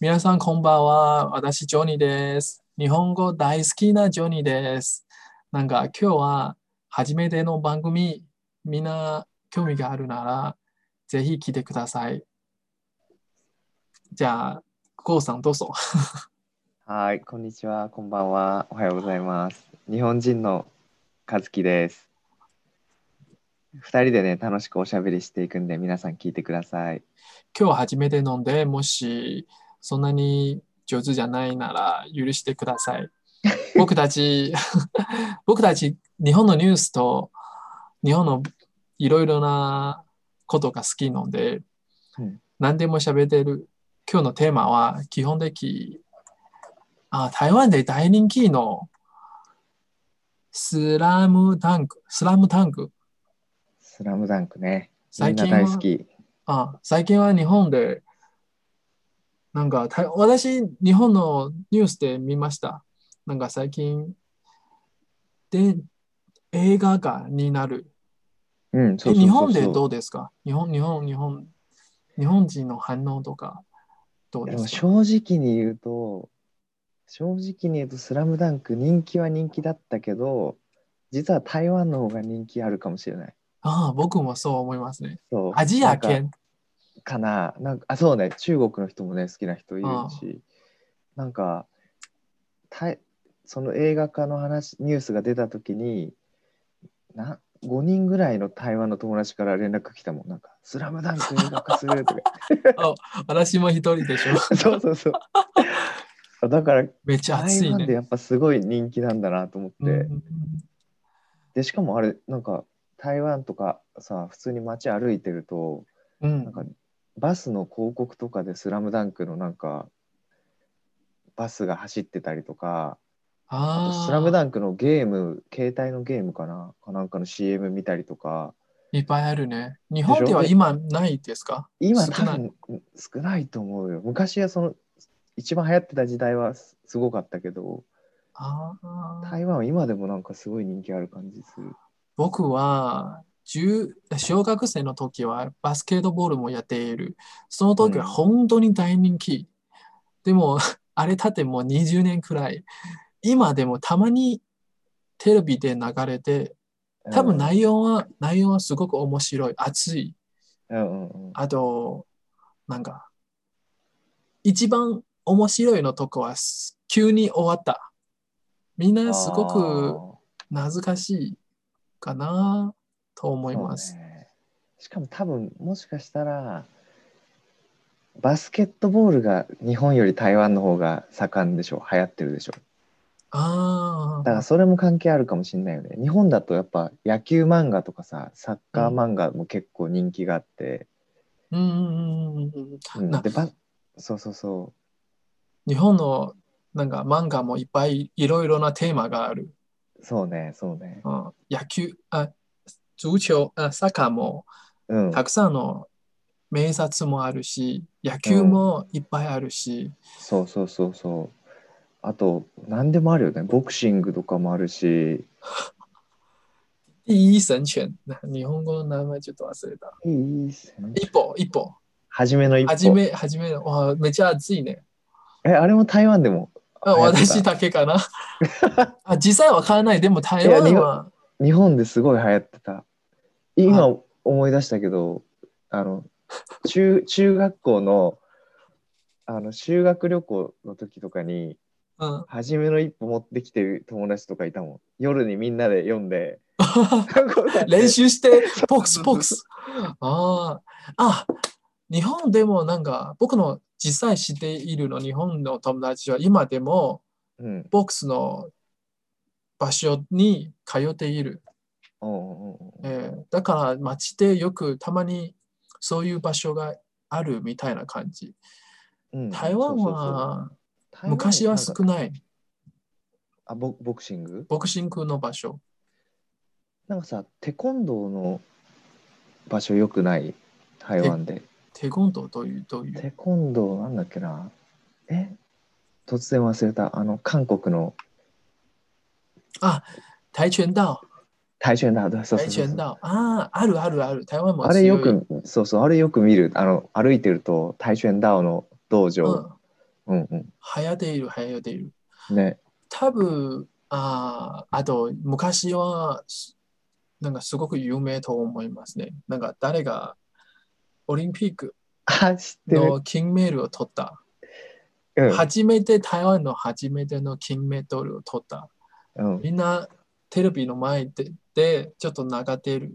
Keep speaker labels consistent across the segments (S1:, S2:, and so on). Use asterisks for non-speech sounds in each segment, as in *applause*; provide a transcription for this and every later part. S1: 皆さんこんばんは。私、ジョニーです。日本語大好きなジョニーです。なんか今日は初めての番組、みんな興味があるなら、ぜひ来てください。じゃあ、コウさんどうぞ。
S2: はい、こんにちは、こんばんは、おはようございます。日本人の和樹です。二人でね、楽しくおしゃべりしていくんで、皆さん聞いてください。
S1: 今日初めて飲んで、もしそんなに上手じゃないなら許してくださ
S2: *laughs*
S1: い。僕たち、 *laughs* 僕たち日本のニュースと日本のいろいろなことが好きなので、
S2: うん
S1: 何でも喋ってる。今日のテーマは基本的あ台湾で大人気のスラムダンク、スラムダンク。
S2: スラムダンクね、み
S1: 最
S2: ん
S1: 近
S2: な
S1: は
S2: 大好き。
S1: あ、最近は日本で、なんか、た私、日本のニュースで見ました。なんか最近、で、映画化になる。
S2: うん、
S1: え
S2: そうそうそうそう
S1: 日本でどうですか日本、日本、日本、日本人の反応とか、どう
S2: で
S1: で
S2: も
S1: すか
S2: 正直に言うと、正直に言うと、スラムダンク人気は人気だったけど、実は台湾の方が人気あるかもしれない。
S1: ああ、僕もそう思いますね。
S2: そう
S1: アジア
S2: なんか
S1: 圏。
S2: かななんかあそうね中国の人もね好きな人いる
S1: ああ
S2: しなんかたいその映画化の話ニュースが出た時にな5人ぐらいの台湾の友達から連絡来たもんなんか「スラムダンク映画化する」とか
S1: *laughs* 私も一人でし
S2: *laughs*
S1: ょ。
S2: そうそうそうだから
S1: めっちゃ暑
S2: 台
S1: い
S2: 湾で
S1: ね。
S2: やっぱすごい人気なんだなと思って、
S1: うん
S2: でしかもあれなんか台湾とかさ普通に街歩いてると
S1: うん
S2: なんかバスの広告とかで「スラムダンクのなんかバスが走ってたりとか「あと
S1: ああ、
S2: スラムダンクのゲーム携帯のゲームかなかなんかの CM 見たりとか
S1: いっぱいあるね。日
S2: ょ
S1: 本では今ないですか
S2: 今
S1: 少
S2: 多
S1: ない
S2: 分少ないと思うよ昔はその一番流行ってた時代はすすごかったけど
S1: ああ。
S2: 台湾は今でもなんかすごい人気ある感じする
S1: 僕は中小学生の時はバスケットボールもやっている。その時は本当に大人気。でも、 *laughs* あれたてもう20年くらい。今でもたまにテレビで流れて、多分内容は、内容はすごく面白い、熱い。
S2: うんうんうんうん
S1: あと、なんか、一番面白いのとこはす急に終わった。みんなすご
S2: あ
S1: く
S2: ー
S1: 懐かしいかなと思います
S2: そ。うねしかも多分もしかしたらバスケットボールが日本より台湾の方が盛んでしょ流行ってるでしょ
S1: あ
S2: だから
S1: あ、
S2: それも関係あるかもしれないよね日本だとやっぱ野球漫画とかさサッカー漫画も結構人気があって、
S1: うんうんうんうんうん。
S2: うん
S1: な
S2: でばそうそうそ
S1: 日本のなんか漫画もいっぱいいろいろなテーマがある。
S2: うそうねそうね
S1: うん、野球、あ、足球、あ、サッカーも
S2: うん
S1: たくさんの名作もあるし、野球もいっぱいあるし、
S2: そうそうそうそうあと何でもあるよねボクシングとかもあるし
S1: 第一神拳、な日本語の名前ちょっと忘れた。
S2: いいっすね
S1: 一歩、一歩。
S2: 初めの一
S1: はじ
S2: 歩
S1: め、はじめの、わあめっちゃ熱いね。
S2: えあれも台湾でも
S1: あ
S2: 流行ってた
S1: 私だけかな。 *laughs* あ実際わからない。でも台
S2: いや
S1: 湾
S2: 日
S1: は、
S2: 日本ですごい流行ってた今思い出したけどあの中中学校のあの修学旅行の時とかに
S1: うん。
S2: 初めの一歩持ってきてる友達とかいたもん夜にみんなで読んで
S1: *laughs*
S2: 練
S1: 練習して、ポックス、
S2: *laughs* そう
S1: ポ
S2: そうそう
S1: ックス。ああ。あ、日本でもなんか、僕の実際しているの日本の友達は今でも、
S2: うん
S1: ボックスの場所に通っている。
S2: うんうんうん
S1: えーだから街でよくたまにそういう場所があるみたいな感じ。
S2: うん
S1: 台湾
S2: そうそうそう
S1: は
S2: 台湾
S1: 昔は少
S2: んか
S1: ない。
S2: あボボクシング
S1: ボクシングの場所。
S2: なんかさテコンドーの場所よくない台湾で
S1: テコンドーという、という。
S2: テコンドーなんだっけなえ突然忘れたあの韓国の
S1: 跆拳道。
S2: 大拳だそうそうそう
S1: 跆拳道。ああ、あるあるある。台湾も
S2: あれよ
S1: 強い、
S2: くそうそうあれよく見るあの歩いてると大拳ダオの道
S1: う
S2: 場
S1: ん、
S2: うんう
S1: 流行っている、流行っている。
S2: ん。ね。
S1: 多分、あーあと、昔は、すなんかすごく有名と思いますね。なんか誰がオリンピック
S2: あ、知ってる。
S1: の金メダルを取った。
S2: うん
S1: 初めて、台湾の初めての金メダルを取った。
S2: うん。
S1: みんなテレビの前で、でちょっと流ってる。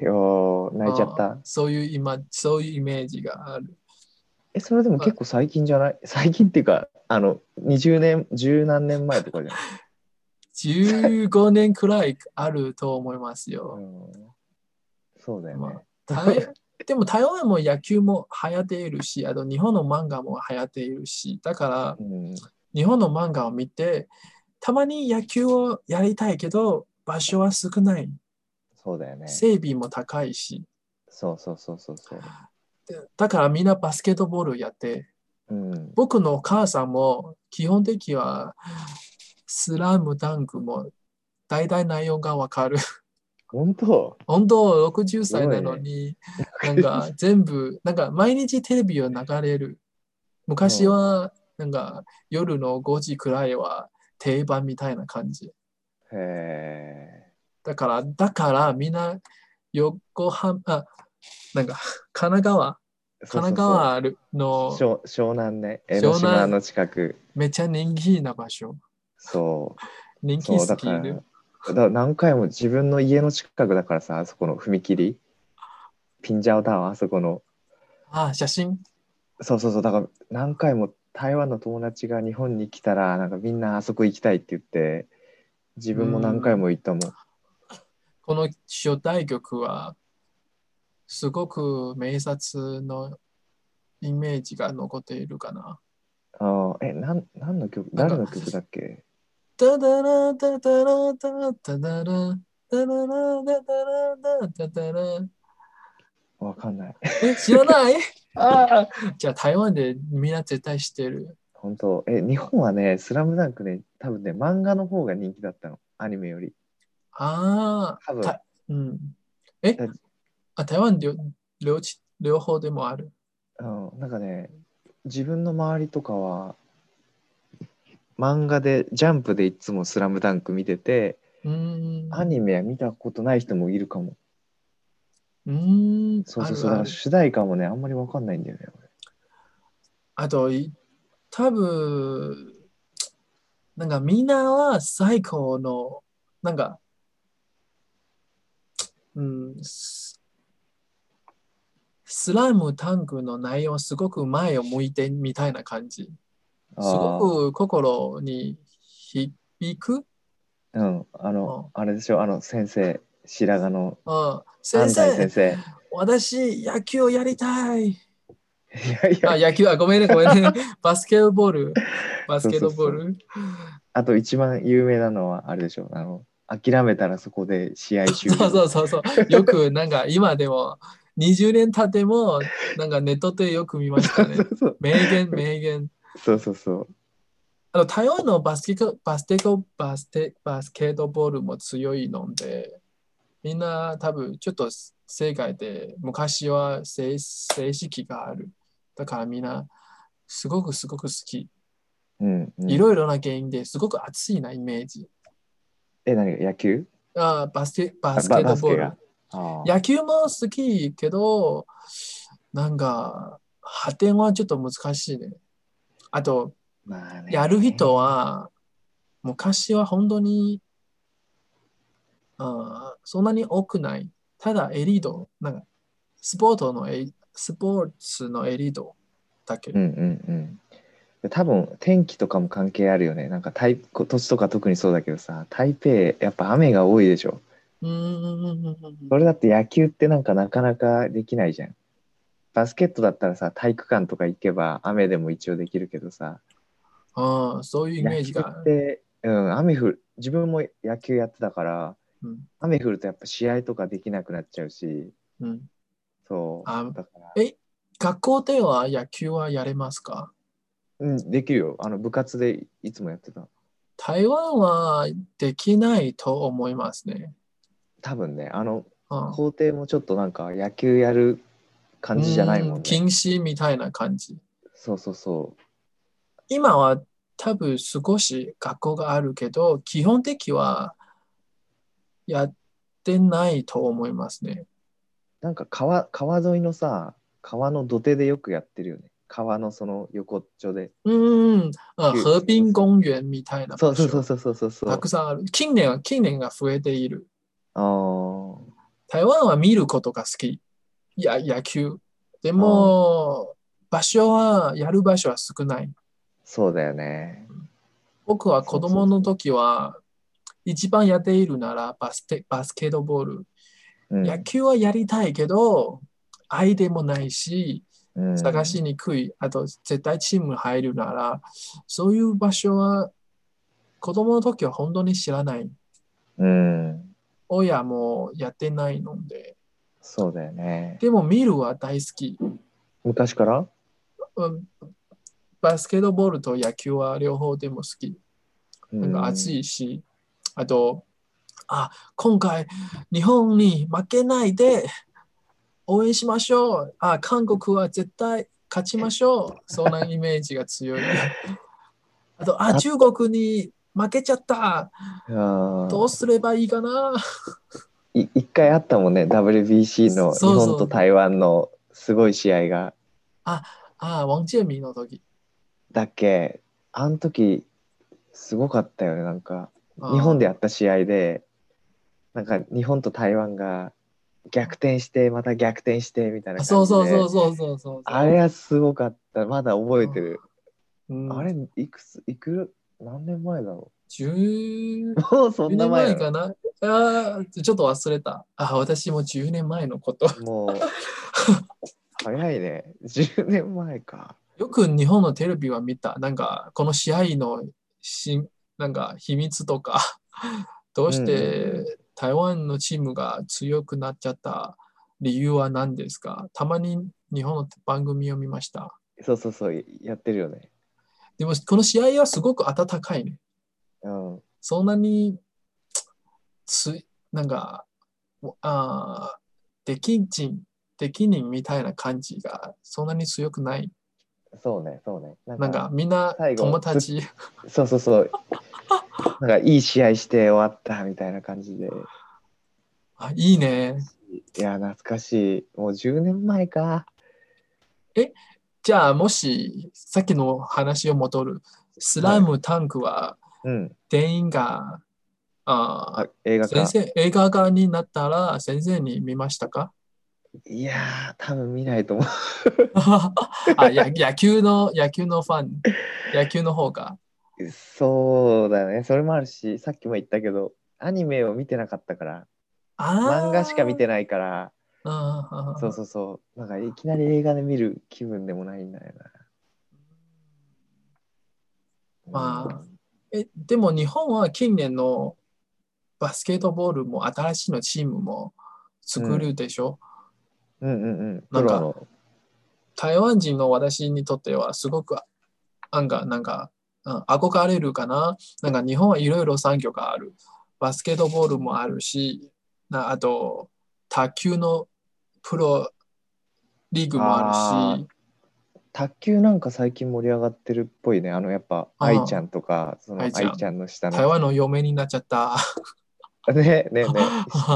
S2: よー泣いちゃっ
S1: あー
S2: た。
S1: そういう今、そういうイメージがある。
S2: え、それでも結構最近じゃない最近っていうか、あの、20年、十何年前とかじゃない、
S1: *laughs* 15年くらいあると思いますよ。
S2: うん、そうだよね。
S1: 台でも台湾も野球も流行っているし、あと日本の漫画も流行っているし、だから
S2: うん。
S1: 日本の漫画を見て、たまに野球をやりたいけど、場所は少ない、
S2: そうだよね。
S1: 整備も高いし、
S2: そうそうそうそうそう。
S1: でだからみんなバスケットボールやって、
S2: うん。
S1: 僕のお母さんも基本的にはスラムダンクも大体内容がわかる。
S2: 本当
S1: 本当60歳なのに、なん
S2: *laughs*
S1: か全部、なんか毎日テレビを流れる。昔は、なんか夜の5時くらいは定番みたいな感じ。
S2: へえ。
S1: だから、だからみんな横浜、あ、なんか神奈川、
S2: そうそうそ
S1: 神奈
S2: う
S1: 川あるの
S2: 湘湘南ね。江
S1: 湘南
S2: ノ島の近く。
S1: めっちゃ人気な場所。
S2: そ
S1: 人
S2: う。
S1: 気
S2: そう
S1: す
S2: だか
S1: ぎ
S2: ら。
S1: る
S2: だ。から何回も自分の家の近くだからさ、あそこの踏切。ピンジャオタワー、あそこの。
S1: あ、写真。
S2: そうそうそう。だから何回も台湾の友達が日本に来たら、なんかみんなあそこ行きたいって言って、自分も何回も行ったもん。
S1: この初代曲は、すごく名察のイメージが残っているかな。
S2: ああ、え、なん、何の曲、
S1: なんか
S2: 誰の曲だっけ
S1: ダダラダダラダダダラダダラダダラダダダラ
S2: わかんない。
S1: え知らないああじゃあ台湾でみんな絶対知ってる。
S2: 本当え、日本はね、スラムダンクね、多分ね、漫画の方が人気だったの。アニメより。
S1: あ
S2: 多分
S1: たあ、うん。え
S2: だ
S1: あ台湾両両地両方でもある。
S2: うん、なんかね、自分の周りとかは、漫画で、ジャンプでいつもスラムダンク見てて、
S1: うーん。
S2: アニメは見たことない人もいるかも。
S1: うーん。
S2: そうそうそう、
S1: あるあ
S2: だから
S1: る
S2: 主題歌もね、あんまりわかんないんだよね。
S1: あと、い多分、なんかみんなは最高の、なんか、うん、ススラムタンクの内容すごく前を向いてみたいな感じ。す
S2: あー
S1: ごく心に響く。
S2: うん、あの、あれでしょ、あの、先生、白髪の
S1: うん、先
S2: 安西先
S1: 生、
S2: 生。い
S1: 私野球をやりたい。
S2: やいや
S1: あ、野球はごめんね、ごめんね。 *laughs* バスケットボール。バスケットボール。
S2: あと一番有名なのはあれでしょあの諦めたらそこで試合終了
S1: *laughs* そうそうそうそう。よくなんか今でも20年経ってもなんかネットでよく見ましたね。
S2: そう
S1: 名言名言。
S2: そうそうそう
S1: あの台湾のバスケットバスケットバスケバスケットボールも強いので、みんな多分ちょっと世界で昔は正正式がある。だからみんなすごくすごく好き。
S2: うん、うん、
S1: いろいろな原因ですごく熱いなイメージ。
S2: え何が野球
S1: あバスケ
S2: あ
S1: バ
S2: ば
S1: スケットボール
S2: バ。ああ
S1: 野球も好きけど、なんか、発展はちょっと難しいね。あと、
S2: まあね
S1: やる人は、昔は本当に、あーそんなに多くない。ただ、エリート、なんか、スポーツのエ、スポーツのエリートだけ。
S2: うんうんうん多分天気とかも関係あるよねなんか台こ土地とか特にそうだけどさ台北やっぱ雨が多いでしょ
S1: うーん。
S2: それだって野球ってなんかなかなかできないじゃんバスケットだったらさ体育館とか行けば雨でも一応できるけどさ、
S1: あーそういうイメージが
S2: 野球。って、うん、雨降る自分も野球やってたから
S1: うん
S2: 雨降るとやっぱ試合とかできなくなっちゃうし
S1: うん、
S2: そう
S1: あ
S2: だから、
S1: 学校では野球はやれますか
S2: うん、できるよあの部活でいつもやってた
S1: 台湾はできないと思いますね。
S2: 多分ねあの
S1: うん
S2: 校庭もちょっとなんか野球やる感じじゃないも
S1: う
S2: んね
S1: 禁止みたいな感じ。
S2: そうそうそう
S1: 今は多分少し学校があるけど、基本的はやってないと思いますね。
S2: なんか川川沿いのさ川の土手でよくやってるよね川のその横っちょで
S1: うん、あ
S2: うん
S1: 河滨公園みたいな
S2: そう
S1: 場
S2: そうそ
S1: 所
S2: うそうそうそうそう
S1: たくさんある。近年は、近年が増えている。
S2: あー
S1: 台湾は見ることが好き。いや、野球。でも、場所は、やる場所は少ない。
S2: そうだよね
S1: 僕は子供の時は、一番やっているならバスケバスケットボール。
S2: うん
S1: 野球はやりたいけど、相手もないし、
S2: うん
S1: 探しにくい、あと絶対チーム入るなら、そういう場所は子供の時は本当に知らない。
S2: うん
S1: 親もやってないので。
S2: そうだよね
S1: でも見るは大好き。
S2: 昔から
S1: うん、バスケットボールと野球は両方でも好き。なんか暑いし、あと、あ、今回日本に負けないで応援しましょう。あ、韓国は絶対勝ちましょう。そんなイメージが
S2: *laughs*
S1: 強い。あと、あ、中国に負けちゃった。
S2: うんあー
S1: どうすればいいかな。
S2: い一回あったもんね WBC の日
S1: そうそう
S2: 本と台湾のすごい試合が
S1: あ、王健民の時。
S2: だっけあの時すごかったよねなんか
S1: あ
S2: 日本でやった試合でなんか日本と台湾が逆転してまた逆転してみたいな
S1: あ
S2: 感じで
S1: そうそうそうそうそうそう。
S2: あれはすごかったまだ覚えてる、
S1: うん、
S2: あれいくついく何年前だろ
S1: 10, *laughs*
S2: うもうそん
S1: 10
S2: な
S1: 年
S2: 前
S1: 前
S2: だ
S1: かなあーちょっと忘れた。あ、私も10年前のこと。
S2: もう早いね10年前か
S1: よく日本のテレビは見た。なんか、この試合のしなんか秘密とか、 *laughs* どうし
S2: うんうん
S1: て台湾のチームが強くなっちゃった理由は何ですかたまに日本の番組を見ました。
S2: そうそうそうやってるよね
S1: でも、この試合はすごく温かいね。
S2: うん
S1: そんなに、つなんか、あーできんちん、でき人みたいな感じがそんなに強くない。
S2: そうねそうねなん
S1: なんか、みんな
S2: 最後
S1: 友達。
S2: そうそうそう。なんかいい試合して終わったみたいな感じで。
S1: あいいね。
S2: いや、懐かしい。もう10年前か。
S1: じゃあもしさっきの話を戻るスラムタンクは
S2: うん。
S1: 店員が、あ
S2: あ映画
S1: ー先
S2: か。
S1: 生映画化になったら先生に見ましたか *laughs*
S2: いやー、多分見ないと思う。
S1: あや野球の野球のファ
S2: *laughs*
S1: ン野球の方が
S2: そうだね。それもあるし、さっきも言ったけど、アニメを見てなかったから、漫画しか見てないから、
S1: ない
S2: そうそうそう。なんかいきなり映画で見る気分でもないんだよな。
S1: まあえでも日本は近年のバスケットボールも新しいのチームも作るでしょ、
S2: うんうんうん。プ
S1: なんか
S2: ロの。
S1: 台湾人の私にとってはすごくなんかなんか、うん、憧れるかな。なんか日本はいろいろ産業がある。バスケットボールもあるし、なあと卓球のプロリーグもあるし、
S2: 卓球なんか最近盛り上がってるっぽいね。あの、やっぱ、
S1: あー
S2: 愛ちゃんとか、その
S1: 愛
S2: 愛
S1: ちゃん
S2: ちゃんの下の
S1: 台湾の嫁になっちゃった。
S2: *laughs*
S1: *laughs*
S2: ねねね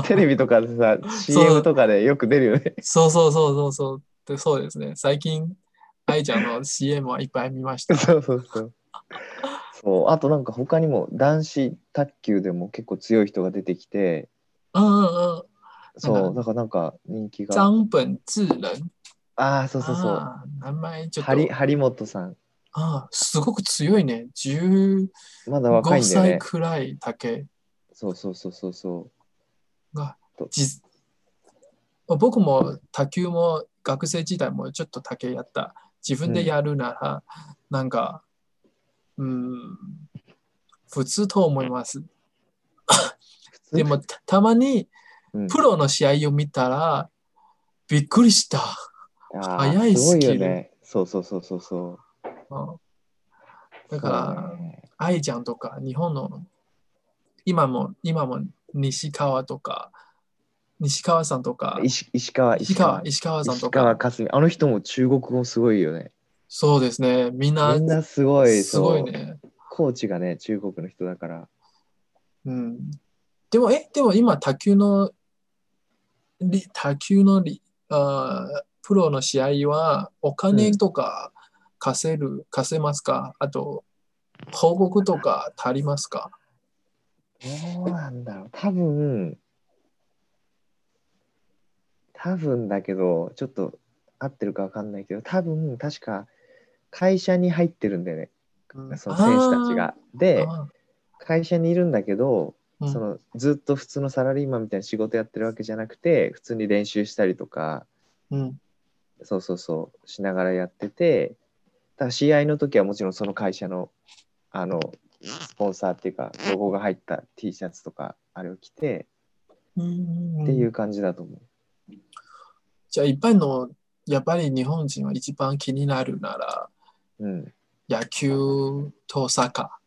S2: テレビとかでさ CM とかでよく出るよね。
S1: そうそうそうそうそう。でそうですね。最近、愛ちゃんの CM はいっぱい見ま
S2: *laughs*
S1: した。
S2: そうそうそう。そうあとなんか他にも男子卓球でも結構強い人が出てきて
S1: うんうんうん。
S2: そ
S1: なん
S2: う
S1: だ
S2: だからなんか人気が
S1: 張本智人。
S2: ああそうそうそう
S1: あー名前ちょっと。
S2: 張張本さん
S1: ああ、すごく強いね。15
S2: まだ若いんだよ
S1: 歳
S2: ね
S1: くらいだけ
S2: そうそうそうそうそ
S1: が
S2: と。
S1: 実僕も卓球も学生時代もちょっとだけやった。自分でやるなら、なんか、うん、普通と思います。
S2: う普通
S1: でもたたまに
S2: うん
S1: プロの試合を見たら、びっくりした。
S2: あー
S1: 早い
S2: すごい
S1: ス
S2: よ
S1: キル
S2: ねそうそうそうそうそう
S1: うんだから
S2: そう、ね
S1: 愛ちゃんとか日本の今も今も西川とか西川さんとか
S2: 石石川
S1: 石川石川さんと
S2: 石川
S1: か
S2: 佳純あの人も中国語すごいよね
S1: そうですね。みんな
S2: みんなすごい、
S1: すごい
S2: そう。
S1: ね。
S2: コーチがね、中国の人だから。
S1: うん。でも、え、でも今、卓球の、り卓球のりあープロの試合は、お金とか稼る、稼せますかあと、報告とか足りますか
S2: どうなんだろう。多分、多分だけど、ちょっと合ってるかわかんないけど、多分、確か、会社に入ってるんだよね。その選手たちが。で、
S1: あ
S2: 会社にいるんだけど、
S1: ーうん
S2: そのずっと普通のサラリーマンみたいな仕事やってるわけじゃなくて普通に練習したりとか
S1: うん。
S2: そうそうそうしながらやっててただ試合の時はもちろんその会社のあのスポンサーっていうかロゴが入った T シャツとかあれを着て
S1: うん
S2: っていう感じだと思う、
S1: じゃあ、一般の、やっぱり日本人は一番気になるなら、
S2: うん、
S1: 野球とサッカ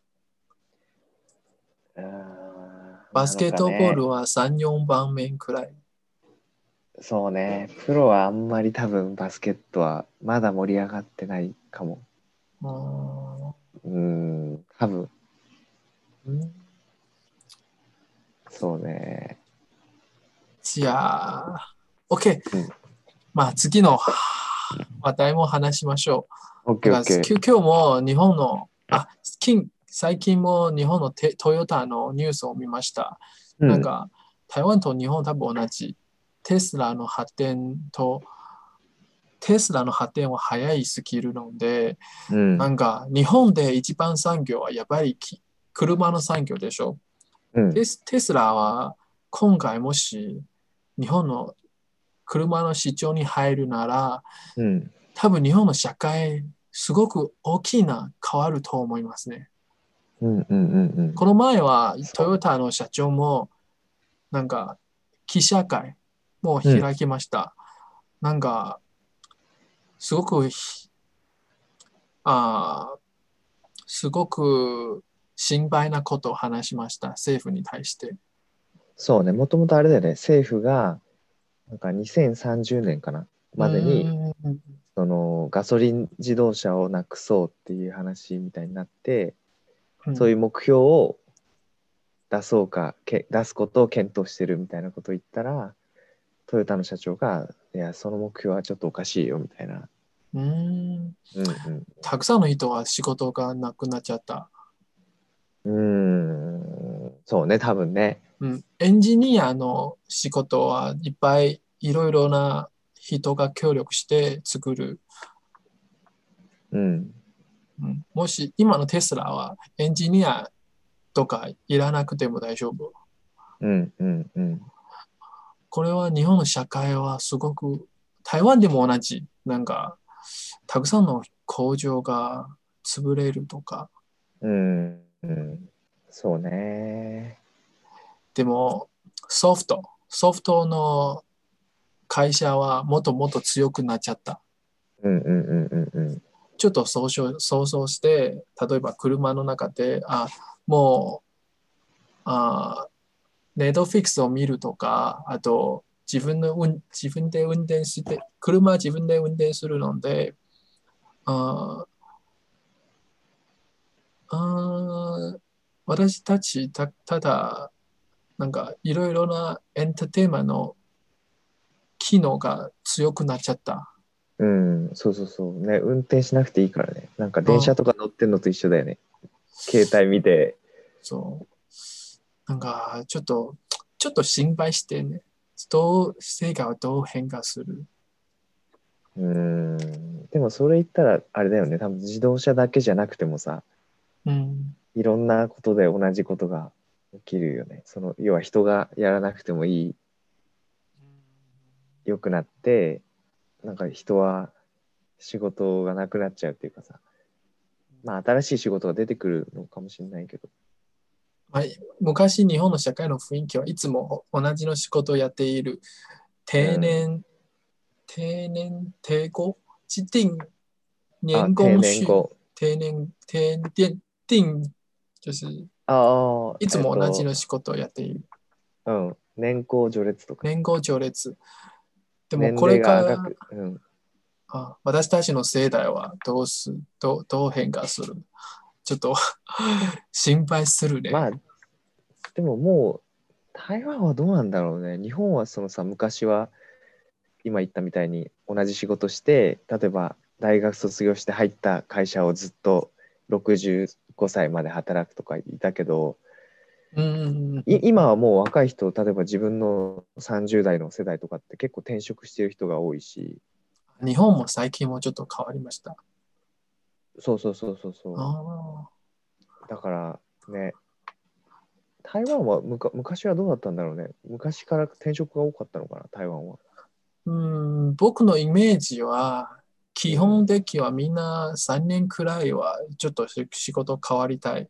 S1: ー。
S2: あー
S1: バスケットボー
S2: なのかね
S1: ルは3、4番目くらい。
S2: そうねプロはあんまり多分バスケットはまだ盛り上がってないかも
S1: うーん
S2: うん多分
S1: うん
S2: そうね
S1: じゃあ、OK
S2: うん。
S1: まあ次の話題も話しましょう。だから
S2: OKOK
S1: き今日も日本の、あ、近最近も日本のテトヨタのニュースを見ました。なんか台湾と日本多分同じ。テスラの発展と、テスラの発展は早いスキルなので、
S2: うん
S1: なんか日本で一番産業はやっぱりき車の産業でしょ。
S2: うん
S1: テステスラは今回もし日本の車の市場に入るなら
S2: うん
S1: 多分日本の社会すごく大きな変わると思いますね。
S2: うんうんうん
S1: この前はトヨタの社長もなんか記者会も開きました。なんかすごくひあーすごく心配なことを話しました政府に対して。
S2: そうねもともとあれだよね政府がなんか2030年かなまでに
S1: うん
S2: そのガソリン自動車をなくそうっていう話みたいになって、そういう目標を出そうかけ出すことを検討してるみたいなことを言ったらトヨタの社長が「いやその目標はちょっとおかしいよ」みたいな、
S1: うん
S2: うん
S1: たくさんの人は仕事がなくなっちゃった。
S2: うん、うーんそうね多分ね
S1: うん、エンジニアの仕事はいっぱいいろいろな人が協力して作る。
S2: うん
S1: うん、もし今のテスラはエンジニアとかいらなくても大丈夫。
S2: うんうんうん
S1: これは日本の社会はすごく台湾でも同じ。なんかたくさんの工場が潰れるとか。
S2: うんうんそうね
S1: でもソフト、ソフトの会社はもっともっと強くなっちゃった。
S2: うんうんうんうんうん
S1: ちょっと想像想像して、例えば車の中で、あ、もう、あ、ネットフィックスを見るとか、あと、自分の運自分で運転して、車自分で運転するので、ああ私たちた、ただ、なんかいろいろなエンターテインメントの機能が強くなっちゃった。
S2: うん、そうそうそう。ね、運転しなくていいからね。なんか電車とか乗ってんのと一緒だよね。携帯見て。
S1: そう。なんか、ちょっと、ちょっと心配してね。どう、成果はどう変化する
S2: うん。でもそれ言ったら、あれだよね。多分自動車だけじゃなくてもさ、
S1: うん。
S2: いろんなことで同じことが起きるよね。その、要は人がやらなくてもいい、良くなって、なんか人は仕事がなくなっちゃうっていうかさ。まあ、新しい仕事が出てくるのかもしれないけど。
S1: まあ、昔、日本の社会の雰囲気はいつも同じの仕事をやっている。定年、定年、定後、既定
S2: あ、
S1: 年
S2: 定
S1: 功
S2: 年
S1: 序
S2: 後。
S1: 定年、定年、定、就是、
S2: ああ。
S1: いつも同じ
S2: えっ
S1: の仕事をやっている。
S2: と。うん。年功序列とか。
S1: 年功序列。で
S2: で
S1: も、これ
S2: が
S1: から
S2: 赤、く、うん、
S1: あ私たちの世代はどうすどうどう変化するちょっと *laughs* 心配するね。
S2: *laughs* まあ、でももう、台湾はどうなんだろうね。日本はそのさ、昔は、今言ったみたいに、同じ仕事して、例えば大学卒業して入った会社をずっと65歳まで働くとかいたけど、
S1: うんうんうん
S2: い今はもう若い人、例えば自分の30代の世代とかって結構転職してる人が多いし、
S1: 日本も最近もちょっと変わりました。
S2: そうそうそうそうそう。
S1: あ
S2: だからね、台湾はむか昔はどうだったんだろうね。昔から転職が多かったのかな、台湾は。
S1: ーうん僕のイメージは、基本的にはみんな3年くらいはちょっとし仕事変わりたい。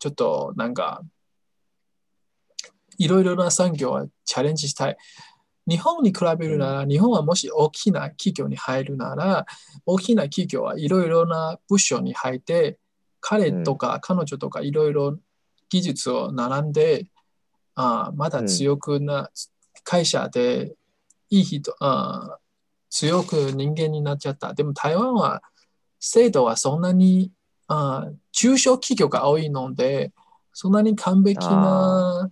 S1: ちょっとなんか、いろいろな産業はチャレンジしたい。日本に比べるなら、日本はもし大きな企業に入るなら、大きな企業はいろいろな部署に入って、彼とか彼女とかいろいろ技術を並んで、あーまだ強くな、会社でいい人、あー強く人間になっちゃった。でも台湾は制度はそんなにあー中小企業が多いので、そんなに完璧な、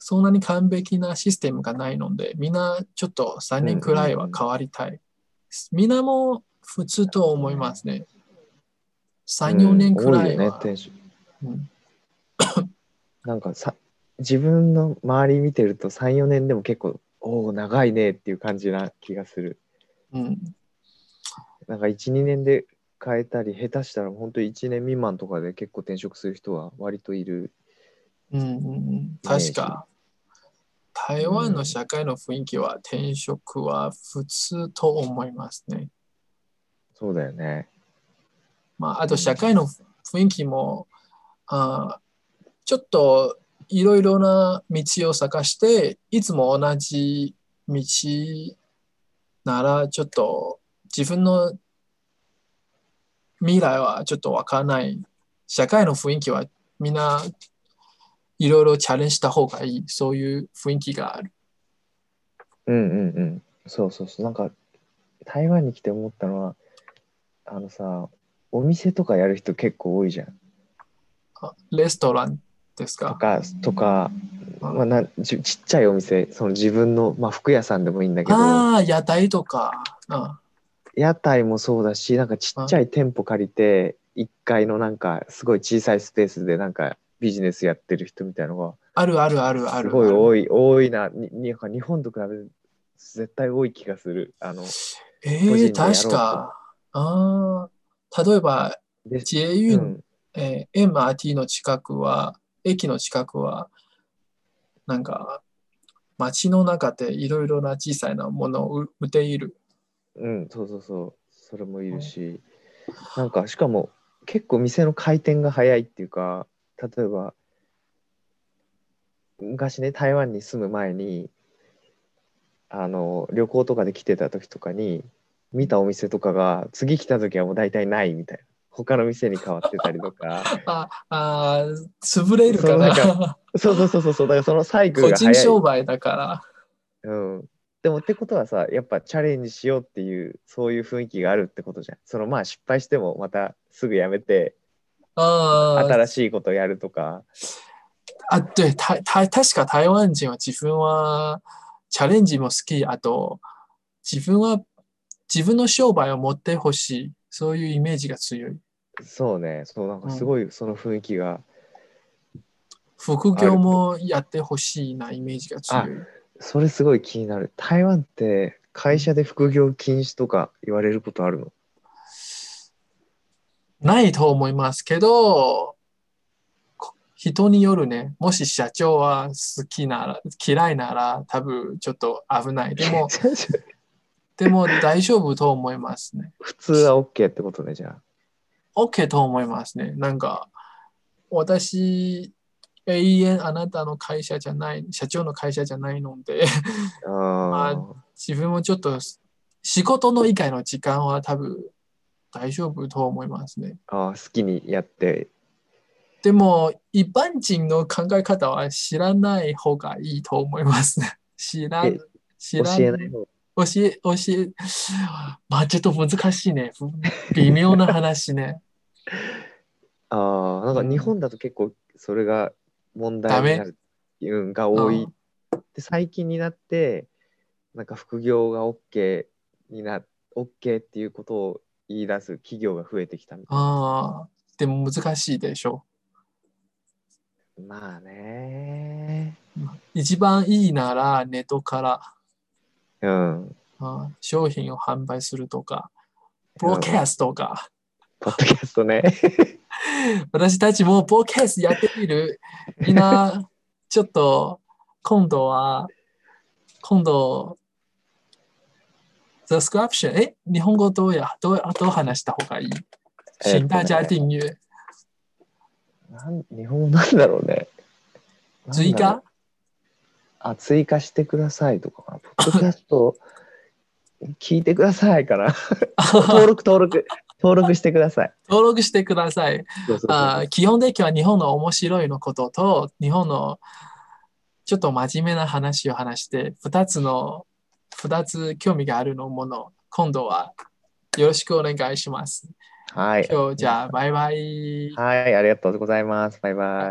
S1: そんなに完璧なシステムがないので、みんなちょっと3年くらいは変わりたい。みんなも普通と思いますね。3、4年くらい
S2: うん多よね、
S1: は。
S2: 転職
S1: うん
S2: *coughs* なんかさ、自分の周り見てると3、4年でも結構、おお、長いねっていう感じな気がする。
S1: うん
S2: なんか1、2年で変えたり、下手したら本当1年未満とかで結構転職する人は割といる。
S1: うんうんうん、
S2: イメー
S1: 確
S2: ジ
S1: か。台湾の社会の雰囲気は転職は普通と思いますね。
S2: そうだよね。
S1: まあ、あと社会の雰囲気も、あーちょっといろいろな道を探して、いつも同じ道ならちょっと自分の未来はちょっとわからない。社会の雰囲気はみんないろいろチャレンジした方がいい。そういう雰囲気がある。
S2: うんうんうん。そうそうそう。なんか、台湾に来て思ったのは、あのさ、お店とかやる人結構多いじゃん。
S1: あレストランです
S2: と
S1: か。
S2: か、とか、まあ、なちちっちゃいお店、その自分の、まあ、服屋さんでもいいんだけど、
S1: ああ、屋台とか。あ
S2: 屋台もそうだし、なんかちっちゃい店舗借りて、1階のなんか、すごい小さいスペースで、なんか、ビジネスやってる人みたいの
S1: あるあるある
S2: が、
S1: あ
S2: す
S1: る。
S2: ごい多い、多いな、にになんか日本と比べて、絶対多い気がする。あの、個
S1: ええ
S2: 人でやろうと
S1: 確か。ああ、例えば、
S2: で、
S1: ジェ
S2: う
S1: ユン、
S2: ん、
S1: えー MRT の近くは、駅の近くは、なんか、街の中でいろいろな小さいなものを売売っている。
S2: うん、そうそうそう、それもいるし、なんか、しかも、結構店の回転が早いっていうか、例えば、昔ね、台湾に住む前に、あの、旅行とかで来てた時とかに、見たお店とかが、次来た時はもう大体ないみたいな。他の店に変わってたりとか、
S1: *laughs* ああー、潰れるか
S2: そ
S1: *laughs*
S2: うな
S1: ら。
S2: そうそうそうそうそう、だからそのサイクル
S1: 個
S2: が
S1: 人
S2: 早い。
S1: 商売だから。
S2: うん、でもってことはさやっぱチャレンジしようっていうそういう雰囲気があるってことじゃんそのまあ失敗してもまたすぐやめて
S1: ああ、
S2: 新しいことやるとか
S1: あ、で、た、た、確か台湾人は自分はチャレンジも好き、あと、自分は自分の商売を持ってほしい。そういうイメージが強い。
S2: そうねそうなんかすごいその雰囲気が、
S1: 副業もやってほしいなイメージが強い。
S2: それすごい気になる台湾って会社で副業禁止とか言われることあるの
S1: ないと思いますけど、こ人によるね、もし社長は好きなら、嫌いなら多分ちょっと危ない。で
S2: *laughs*
S1: も、でも大丈夫と思いますね。
S2: 普通は OK ってことねじゃあ
S1: OK と思いますね。なんか、私、永遠あなたの会社じゃない、社長の会社じゃないので、 *laughs*
S2: あー
S1: 自分もちょっと仕事の以外の時間は多分大丈夫と思いますね。
S2: あー好きにやって
S1: でも、一般人の考え方は知らない方がいいと思いますね。知ら *laughs*
S2: え
S1: ん、知らん
S2: 教えない方
S1: 教え、教え、まあちょっと難しいね。微妙な話ね。 *laughs*
S2: ああ、なんか日本だと結構それが問題になるっていうのが多い。で、最近になって、なんか副業が OK にな、OK っていうことを言い出す企業が増えてきたみたいな。
S1: ああ、でも難しいでしょ。
S2: まあね。
S1: 一番いいならネットから
S2: うん。
S1: あー商品を販売するとか、プロキャストとか、
S2: ポッドキャストね。
S1: *laughs* 私たちもプロキャストやってみる。みん
S2: *laughs*
S1: な、ちょっと、今度は、今度、subscription、え日本語どうやどうどう話した方がいい
S2: えっと
S1: 请
S2: ね
S1: 大家订阅。
S2: なん日本語なんだろうね。
S1: 追
S2: なんだろう
S1: 加
S2: あ、追加してくださいとかかな。ポッドキャス
S1: *laughs*
S2: ト聞いてくださいかな。登録、登録、登録してください。
S1: 登録してください。
S2: そうそうそう
S1: あー基本的には日本の面白いのことと日本のちょっと真面目な話を話して2つの2つ興味があるのもの今度はよろしくお願いします。
S2: はい。
S1: 今日じゃあバイバイ。
S2: はい、ありがとうございます。バイバイ。